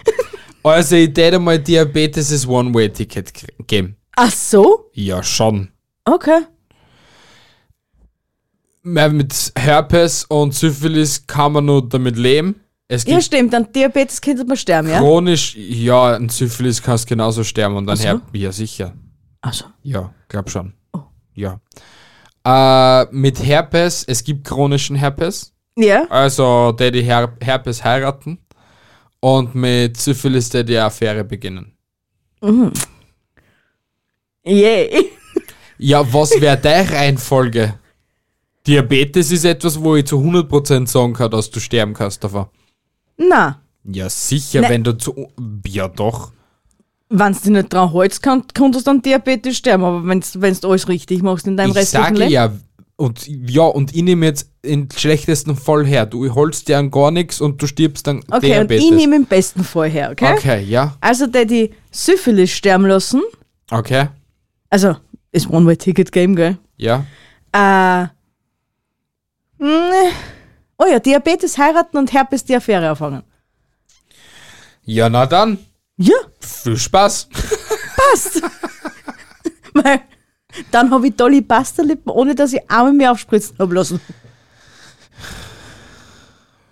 Speaker 3: Also, ich hätte mal Diabetes ist One-Way-Ticket krie- geben.
Speaker 4: Ach so?
Speaker 3: Ja, schon.
Speaker 4: Okay.
Speaker 3: Mehr Mit Herpes und Syphilis kann man nur damit leben. Es
Speaker 4: Ja,
Speaker 3: gibt
Speaker 4: stimmt. An Diabetes könnte man sterben, ja?
Speaker 3: chronisch, ja, ein Syphilis kannst genauso sterben und dann
Speaker 4: so. Oh.
Speaker 3: Herpes. Ja, sicher.
Speaker 4: Ach so.
Speaker 3: Ja, glaub schon. Ja. Äh, mit Herpes, es gibt chronischen Herpes.
Speaker 4: Ja?
Speaker 3: Also, der die Her Herpes heiraten. Und mit Syphilis, der die Affäre beginnen.
Speaker 4: Yay.
Speaker 3: Ja, was wäre deine Reihenfolge? Diabetes ist etwas, wo ich zu 100% sagen kann, dass du sterben kannst davon.
Speaker 4: Na,
Speaker 3: Ja, sicher,
Speaker 4: Ne.
Speaker 3: wenn du zu. Ja, doch.
Speaker 4: wenn du nicht dran hältst, kann, kannst du an Diabetes sterben, aber wenn du alles richtig machst in deinem
Speaker 3: ich
Speaker 4: restlichen
Speaker 3: sage
Speaker 4: Leben.
Speaker 3: ja. Und ja, und ich nehme jetzt im schlechtesten Fall her. Du holst dir an gar nichts und du stirbst dann
Speaker 4: okay,
Speaker 3: Diabetes.
Speaker 4: und ich nehme im besten Fall her, okay?
Speaker 3: Okay, ja.
Speaker 4: Also, der die Syphilis sterben lassen,
Speaker 3: Okay,
Speaker 4: also ist One-Way-Ticket-Game, gell?
Speaker 3: ja.
Speaker 4: Äh, mh, oh ja, Diabetes heiraten und Herpes die Affäre anfangen.
Speaker 3: Ja, na dann.
Speaker 4: Ja,
Speaker 3: Viel Spaß.
Speaker 4: weil dann habe ich tolle Pastalippen, ohne dass ich einmal mehr aufspritzen habe lassen.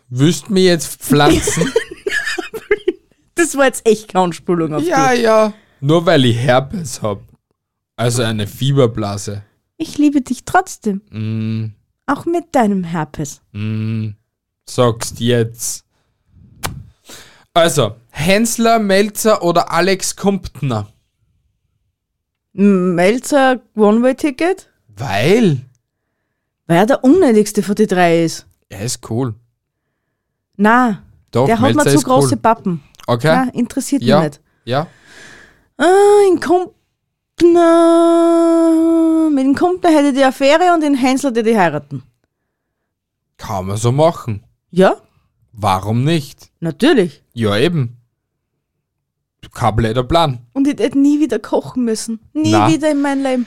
Speaker 3: Willst mir jetzt pflanzen?
Speaker 4: Das war jetzt echt keine Spülung auf
Speaker 3: ja,
Speaker 4: dich.
Speaker 3: ja. Nur weil ich Herpes hab. Also eine Fieberblase.
Speaker 4: Ich liebe dich trotzdem.
Speaker 3: Mm.
Speaker 4: Auch mit deinem Herpes.
Speaker 3: Sagst jetzt. Also, Hensler, Melzer oder Alex Kumptner?
Speaker 4: Melzer One-Way-Ticket,
Speaker 3: Weil.
Speaker 4: weil er der unnötigste von den drei ist.
Speaker 3: Er ist cool.
Speaker 4: Na,
Speaker 3: Doch,
Speaker 4: der hat
Speaker 3: Melzer
Speaker 4: mir zu
Speaker 3: ist cool.
Speaker 4: große Pappen.
Speaker 3: Okay.
Speaker 4: Na, interessiert
Speaker 3: Ja.
Speaker 4: mich nicht.
Speaker 3: Ja.
Speaker 4: Ah, in Kumpner. Mit dem Kumpner hätte ich die Affäre und den Hänsler hätte die heiraten.
Speaker 3: Kann man so machen.
Speaker 4: Ja,
Speaker 3: Warum nicht?
Speaker 4: natürlich.
Speaker 3: Ja, eben. Ka- hab leider Plan.
Speaker 4: Und ich hätte nie wieder kochen müssen. Nie
Speaker 3: Na.
Speaker 4: wieder in meinem Leben.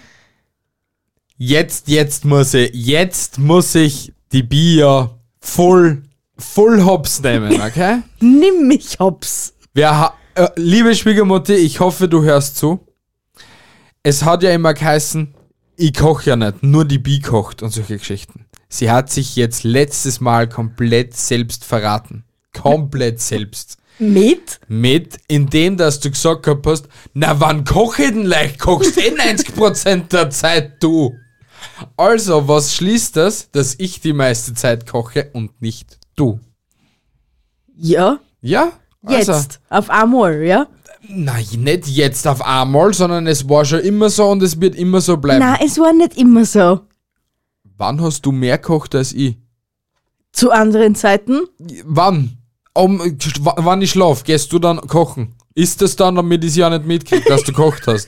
Speaker 3: Jetzt, jetzt muss ich, jetzt muss ich die Bier voll, voll hops nehmen, okay?
Speaker 4: Nimm mich hops.
Speaker 3: Wir ha äh, liebe Schwiegermutter, ich hoffe, du hörst zu. Es hat ja immer geheißen, ich koche ja nicht, nur die Bi kocht und solche Geschichten. Sie hat sich jetzt letztes Mal komplett selbst verraten. Komplett selbst.
Speaker 4: Mit?
Speaker 3: Mit, indem, dass du gesagt gehabt hast, na wann koche ich denn leicht? Kochst eh 90% der Zeit du. Also, was schließt das, dass ich die meiste Zeit koche und nicht du?
Speaker 4: Ja.
Speaker 3: Ja?
Speaker 4: Jetzt.
Speaker 3: Also,
Speaker 4: Auf einmal, ja?
Speaker 3: Nein, nicht jetzt auf einmal, sondern es war schon immer so und es wird immer so bleiben.
Speaker 4: Nein, es war nicht immer so.
Speaker 3: Wann hast du mehr gekocht als ich?
Speaker 4: Zu anderen Zeiten?
Speaker 3: Wann? Um, w- wann ich schlaf, gehst du dann kochen? Ist das dann, damit ich es ja nicht mitkriege, dass du gekocht hast?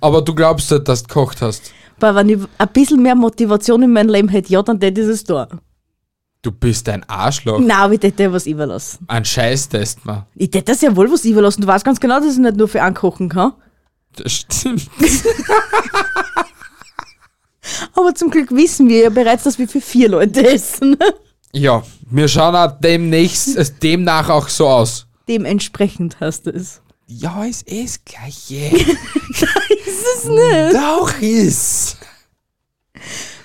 Speaker 3: Aber du glaubst halt, dass du gekocht hast.
Speaker 4: Weil wenn ich ein bisschen mehr Motivation in meinem Leben hätte, ja, dann hätte ich es da.
Speaker 3: Du bist ein Arschloch.
Speaker 4: Nein, aber ich hätte ja was überlassen.
Speaker 3: Ein Scheißtest, man.
Speaker 4: Ich hätte das ja wohl was überlassen. Du weißt ganz genau, dass ich nicht nur für einen kochen kann.
Speaker 3: Das stimmt.
Speaker 4: Aber zum Glück wissen wir ja bereits, dass wir für vier Leute essen.
Speaker 3: Ja, wir schauen auch demnächst, äh, demnach auch so aus.
Speaker 4: Dementsprechend heißt es.
Speaker 3: Ja, es ist gleich. ist es nicht. Doch ist.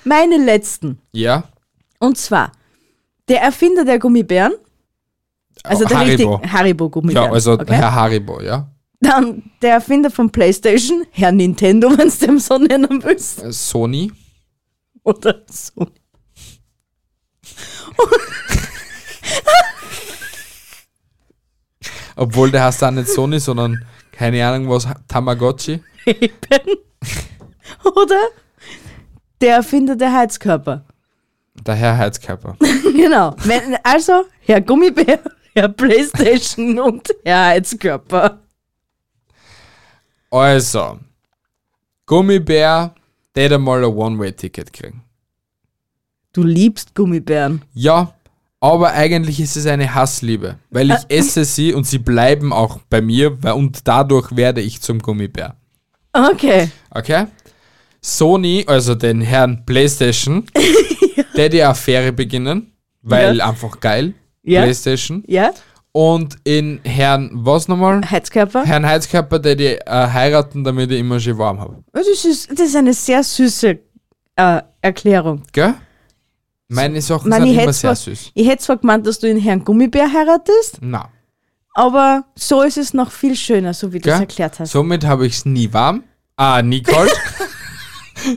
Speaker 4: Meine letzten.
Speaker 3: Ja.
Speaker 4: Und zwar, der Erfinder der Gummibären. Also der
Speaker 3: Haribo.
Speaker 4: richtige Haribo-Gummibären.
Speaker 3: Ja, also
Speaker 4: okay?
Speaker 3: Herr Haribo, ja.
Speaker 4: Dann der Erfinder von Playstation, Herr Nintendo, wenn es dem so nennen willst.
Speaker 3: Äh, Sony.
Speaker 4: Oder so.
Speaker 3: Obwohl der heißt auch nicht Sony, sondern keine Ahnung was, Tamagotchi.
Speaker 4: Eben. Oder der Erfinder der Heizkörper.
Speaker 3: Der Herr Heizkörper.
Speaker 4: Genau. Wenn, also, Herr Gummibär, Herr Playstation und Herr Heizkörper.
Speaker 3: Also, Gummibär, der da mal ein One-Way-Ticket kriegen.
Speaker 4: Du liebst Gummibären.
Speaker 3: Ja, aber eigentlich ist es eine Hassliebe, weil ich esse sie und sie bleiben auch bei mir weil- und dadurch werde ich zum Gummibär.
Speaker 4: Okay.
Speaker 3: Okay? Sony, also den Herrn PlayStation, der die Affäre beginnen, weil einfach geil.
Speaker 4: Ja.
Speaker 3: PlayStation.
Speaker 4: Ja?
Speaker 3: Und in Herrn, was nochmal?
Speaker 4: Heizkörper?
Speaker 3: Herrn Heizkörper, der die äh, heiraten, damit ich immer schön warm habe.
Speaker 4: Das ist, das ist eine sehr süße äh, Erklärung.
Speaker 3: Gell? Meine Sachen
Speaker 4: Mann, ich
Speaker 3: sind
Speaker 4: hätte
Speaker 3: immer sehr
Speaker 4: zwar,
Speaker 3: süß.
Speaker 4: ich hätt zwar gemeint, dass du den Herrn Gummibär heiratest,
Speaker 3: Na,
Speaker 4: aber so ist es noch viel schöner, so wie du es
Speaker 3: gell?
Speaker 4: erklärt hast.
Speaker 3: Somit habe ich es nie warm. Ah, nie kalt.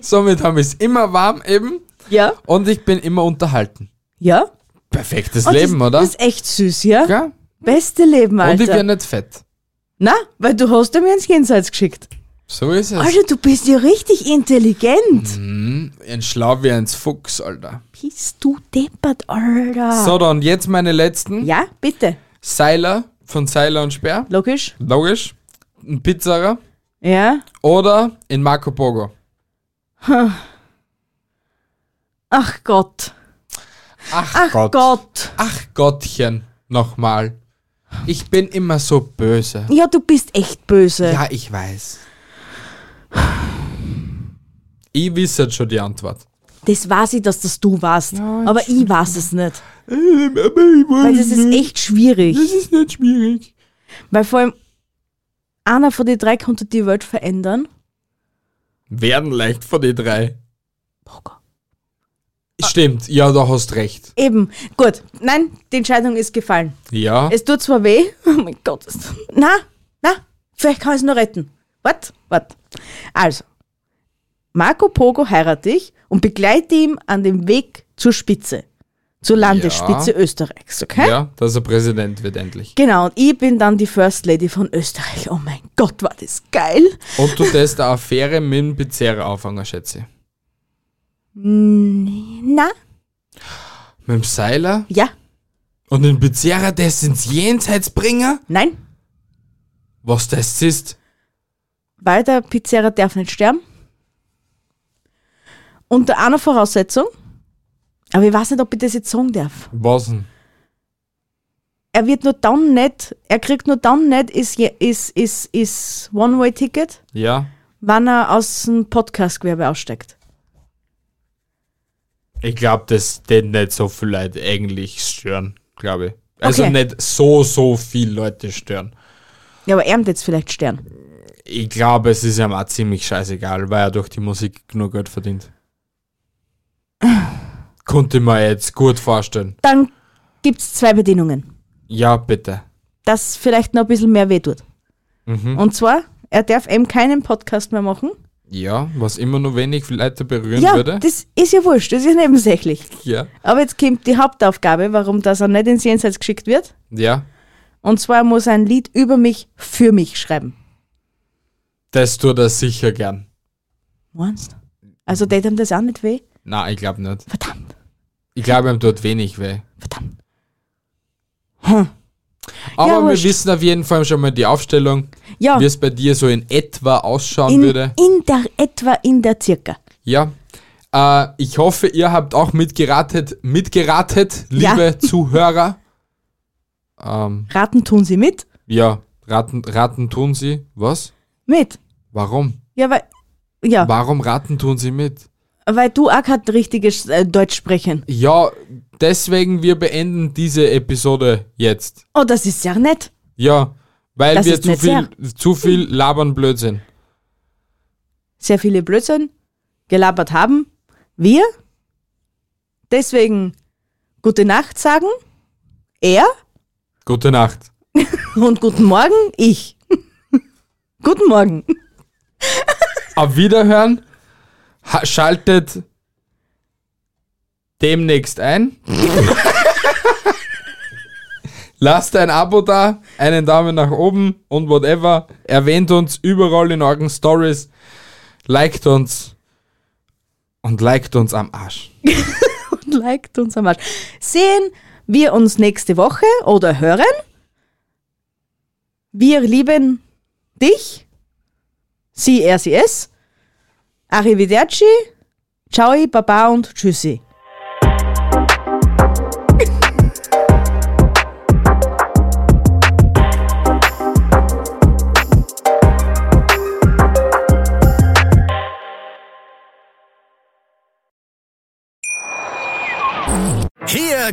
Speaker 3: Somit habe ich es immer warm eben.
Speaker 4: Ja?
Speaker 3: Und ich bin immer unterhalten.
Speaker 4: Ja?
Speaker 3: Perfektes
Speaker 4: Und
Speaker 3: Leben,
Speaker 4: das,
Speaker 3: oder?
Speaker 4: Das ist echt süß, ja?
Speaker 3: Gell?
Speaker 4: Beste Leben,
Speaker 3: Und ich
Speaker 4: Alter.
Speaker 3: bin nicht fett.
Speaker 4: Na, weil du hast ja mir ins Jenseits geschickt.
Speaker 3: So ist es.
Speaker 4: Alter, du bist ja richtig intelligent.
Speaker 3: Ein Schlau wie ein Fuchs, Alter.
Speaker 4: Bist du deppert, Alter.
Speaker 3: So, dann jetzt meine letzten.
Speaker 4: Ja, bitte.
Speaker 3: Seiler von Seiler und Speer.
Speaker 4: Logisch.
Speaker 3: Logisch. Ein Pizzerer.
Speaker 4: Ja.
Speaker 3: Oder in Marco Pogo.
Speaker 4: Ach Gott.
Speaker 3: Ach,
Speaker 4: Ach Gott.
Speaker 3: Ach Gottchen. Nochmal. Ich bin immer so böse.
Speaker 4: Ja, du bist echt böse.
Speaker 3: Ja, ich weiß. Ich wisse jetzt schon die Antwort.
Speaker 4: Das weiß ich, dass das du warst. aber ich weiß es nicht. Ähm,
Speaker 3: Weil
Speaker 4: Weil das ist echt schwierig.
Speaker 3: Das ist nicht schwierig.
Speaker 4: Weil vor allem einer von den drei konnte die Welt verändern.
Speaker 3: Werden leicht von den drei. Stimmt, ja, du hast recht.
Speaker 4: Eben. Gut. Nein, die Entscheidung ist gefallen.
Speaker 3: Ja.
Speaker 4: Es tut zwar weh. Oh mein Gott. es- Na, na, vielleicht kann ich es noch retten. Wart, wart. Also, Marco Pogo heirate ich und begleite ihn an dem Weg zur Spitze. Zur Landesspitze Österreichs, okay?
Speaker 3: Ja, dass er Präsident wird endlich.
Speaker 4: Genau, und ich bin dann die First Lady von Österreich. Oh mein Gott, war das geil.
Speaker 3: Und du tust eine Affäre mit dem Pizzeria anfangen, schätze ich.
Speaker 4: Na,
Speaker 3: Mit dem Seiler
Speaker 4: ja,
Speaker 3: und den Pizzeria das ins Jenseits bringen?
Speaker 4: nein,
Speaker 3: Was das ist?
Speaker 4: weil der Pizzeria darf nicht sterben. Unter einer Voraussetzung, aber ich weiß nicht, ob ich das jetzt sagen darf.
Speaker 3: Was denn?
Speaker 4: er wird nur dann nicht, er kriegt nur dann nicht, ist, je- ist, ist, ist One-Way-Ticket,
Speaker 3: Ja.
Speaker 4: wenn er aus dem Podcast-Gewerbe aussteigt.
Speaker 3: Ich glaube, das den nicht so viele Leute eigentlich stören, glaube ich. Also
Speaker 4: Okay.
Speaker 3: nicht so, so viele Leute stören.
Speaker 4: Ja, aber er wird jetzt vielleicht Stern.
Speaker 3: Ich glaube, es ist ihm auch ziemlich scheißegal, weil er durch die Musik genug Geld verdient. Konnte man jetzt gut vorstellen.
Speaker 4: Dann gibt es zwei Bedingungen,
Speaker 3: Ja, bitte.
Speaker 4: dass vielleicht noch ein bisschen mehr weh tut. Und zwar, er darf eben keinen Podcast mehr machen.
Speaker 3: Ja, was immer nur wenig Leute berühren
Speaker 4: ja,
Speaker 3: würde.
Speaker 4: das ist ja wurscht, das ist nebensächlich.
Speaker 3: Ja.
Speaker 4: Aber jetzt kommt die Hauptaufgabe, warum das er nicht ins Jenseits geschickt wird.
Speaker 3: Ja.
Speaker 4: Und zwar muss er ein Lied über mich, für mich schreiben.
Speaker 3: Das tut er sicher gern.
Speaker 4: Meinst du? Also, tät ihm das auch nicht weh?
Speaker 3: Na, ich glaube nicht.
Speaker 4: Verdammt,
Speaker 3: Ich glaube, ihm tut wenig weh. Hm.
Speaker 4: verdammt.
Speaker 3: Aber
Speaker 4: Ja,
Speaker 3: wir
Speaker 4: wurscht.
Speaker 3: wissen auf jeden Fall schon mal die Aufstellung,
Speaker 4: Ja,
Speaker 3: wie es bei dir so in etwa ausschauen
Speaker 4: in, e-
Speaker 3: würde.
Speaker 4: in der, etwa in der Circa.
Speaker 3: Ja. Äh, ich hoffe, ihr habt auch mitgeratet, mitgeratet,
Speaker 4: Ja.
Speaker 3: liebe Zuhörer. Ähm,
Speaker 4: Raten tun sie mit?
Speaker 3: Ja, raten, raten tun sie. Was?
Speaker 4: Mit.
Speaker 3: Warum?
Speaker 4: Ja, weil, ja,
Speaker 3: Warum raten tun sie mit?
Speaker 4: weil du auch kein richtiges äh, Deutsch sprechen.
Speaker 3: Ja, deswegen wir beenden diese Episode jetzt.
Speaker 4: Oh, das ist ja nett.
Speaker 3: Ja, weil
Speaker 4: Das
Speaker 3: wir
Speaker 4: ist
Speaker 3: zu
Speaker 4: nicht
Speaker 3: viel, zu viel labern Blödsinn.
Speaker 4: Sehr viele Blödsinn gelabert haben. Wir. Deswegen gute Nacht sagen. Er.
Speaker 3: Gute Nacht.
Speaker 4: Und guten Morgen, ich. guten Morgen.
Speaker 3: Auf Wiederhören. Ha schaltet demnächst ein. Lasst ein Abo da, einen Daumen nach oben und whatever. Erwähnt uns überall in euren Stories. Liked uns. Und liked uns am Arsch.
Speaker 4: Und liked uns am Arsch. Sehen wir uns nächste Woche oder hören. Wir lieben dich. Sie, er, sie, es. Arrivederci. Ciao, Baba und Tschüssi.
Speaker 1: Hier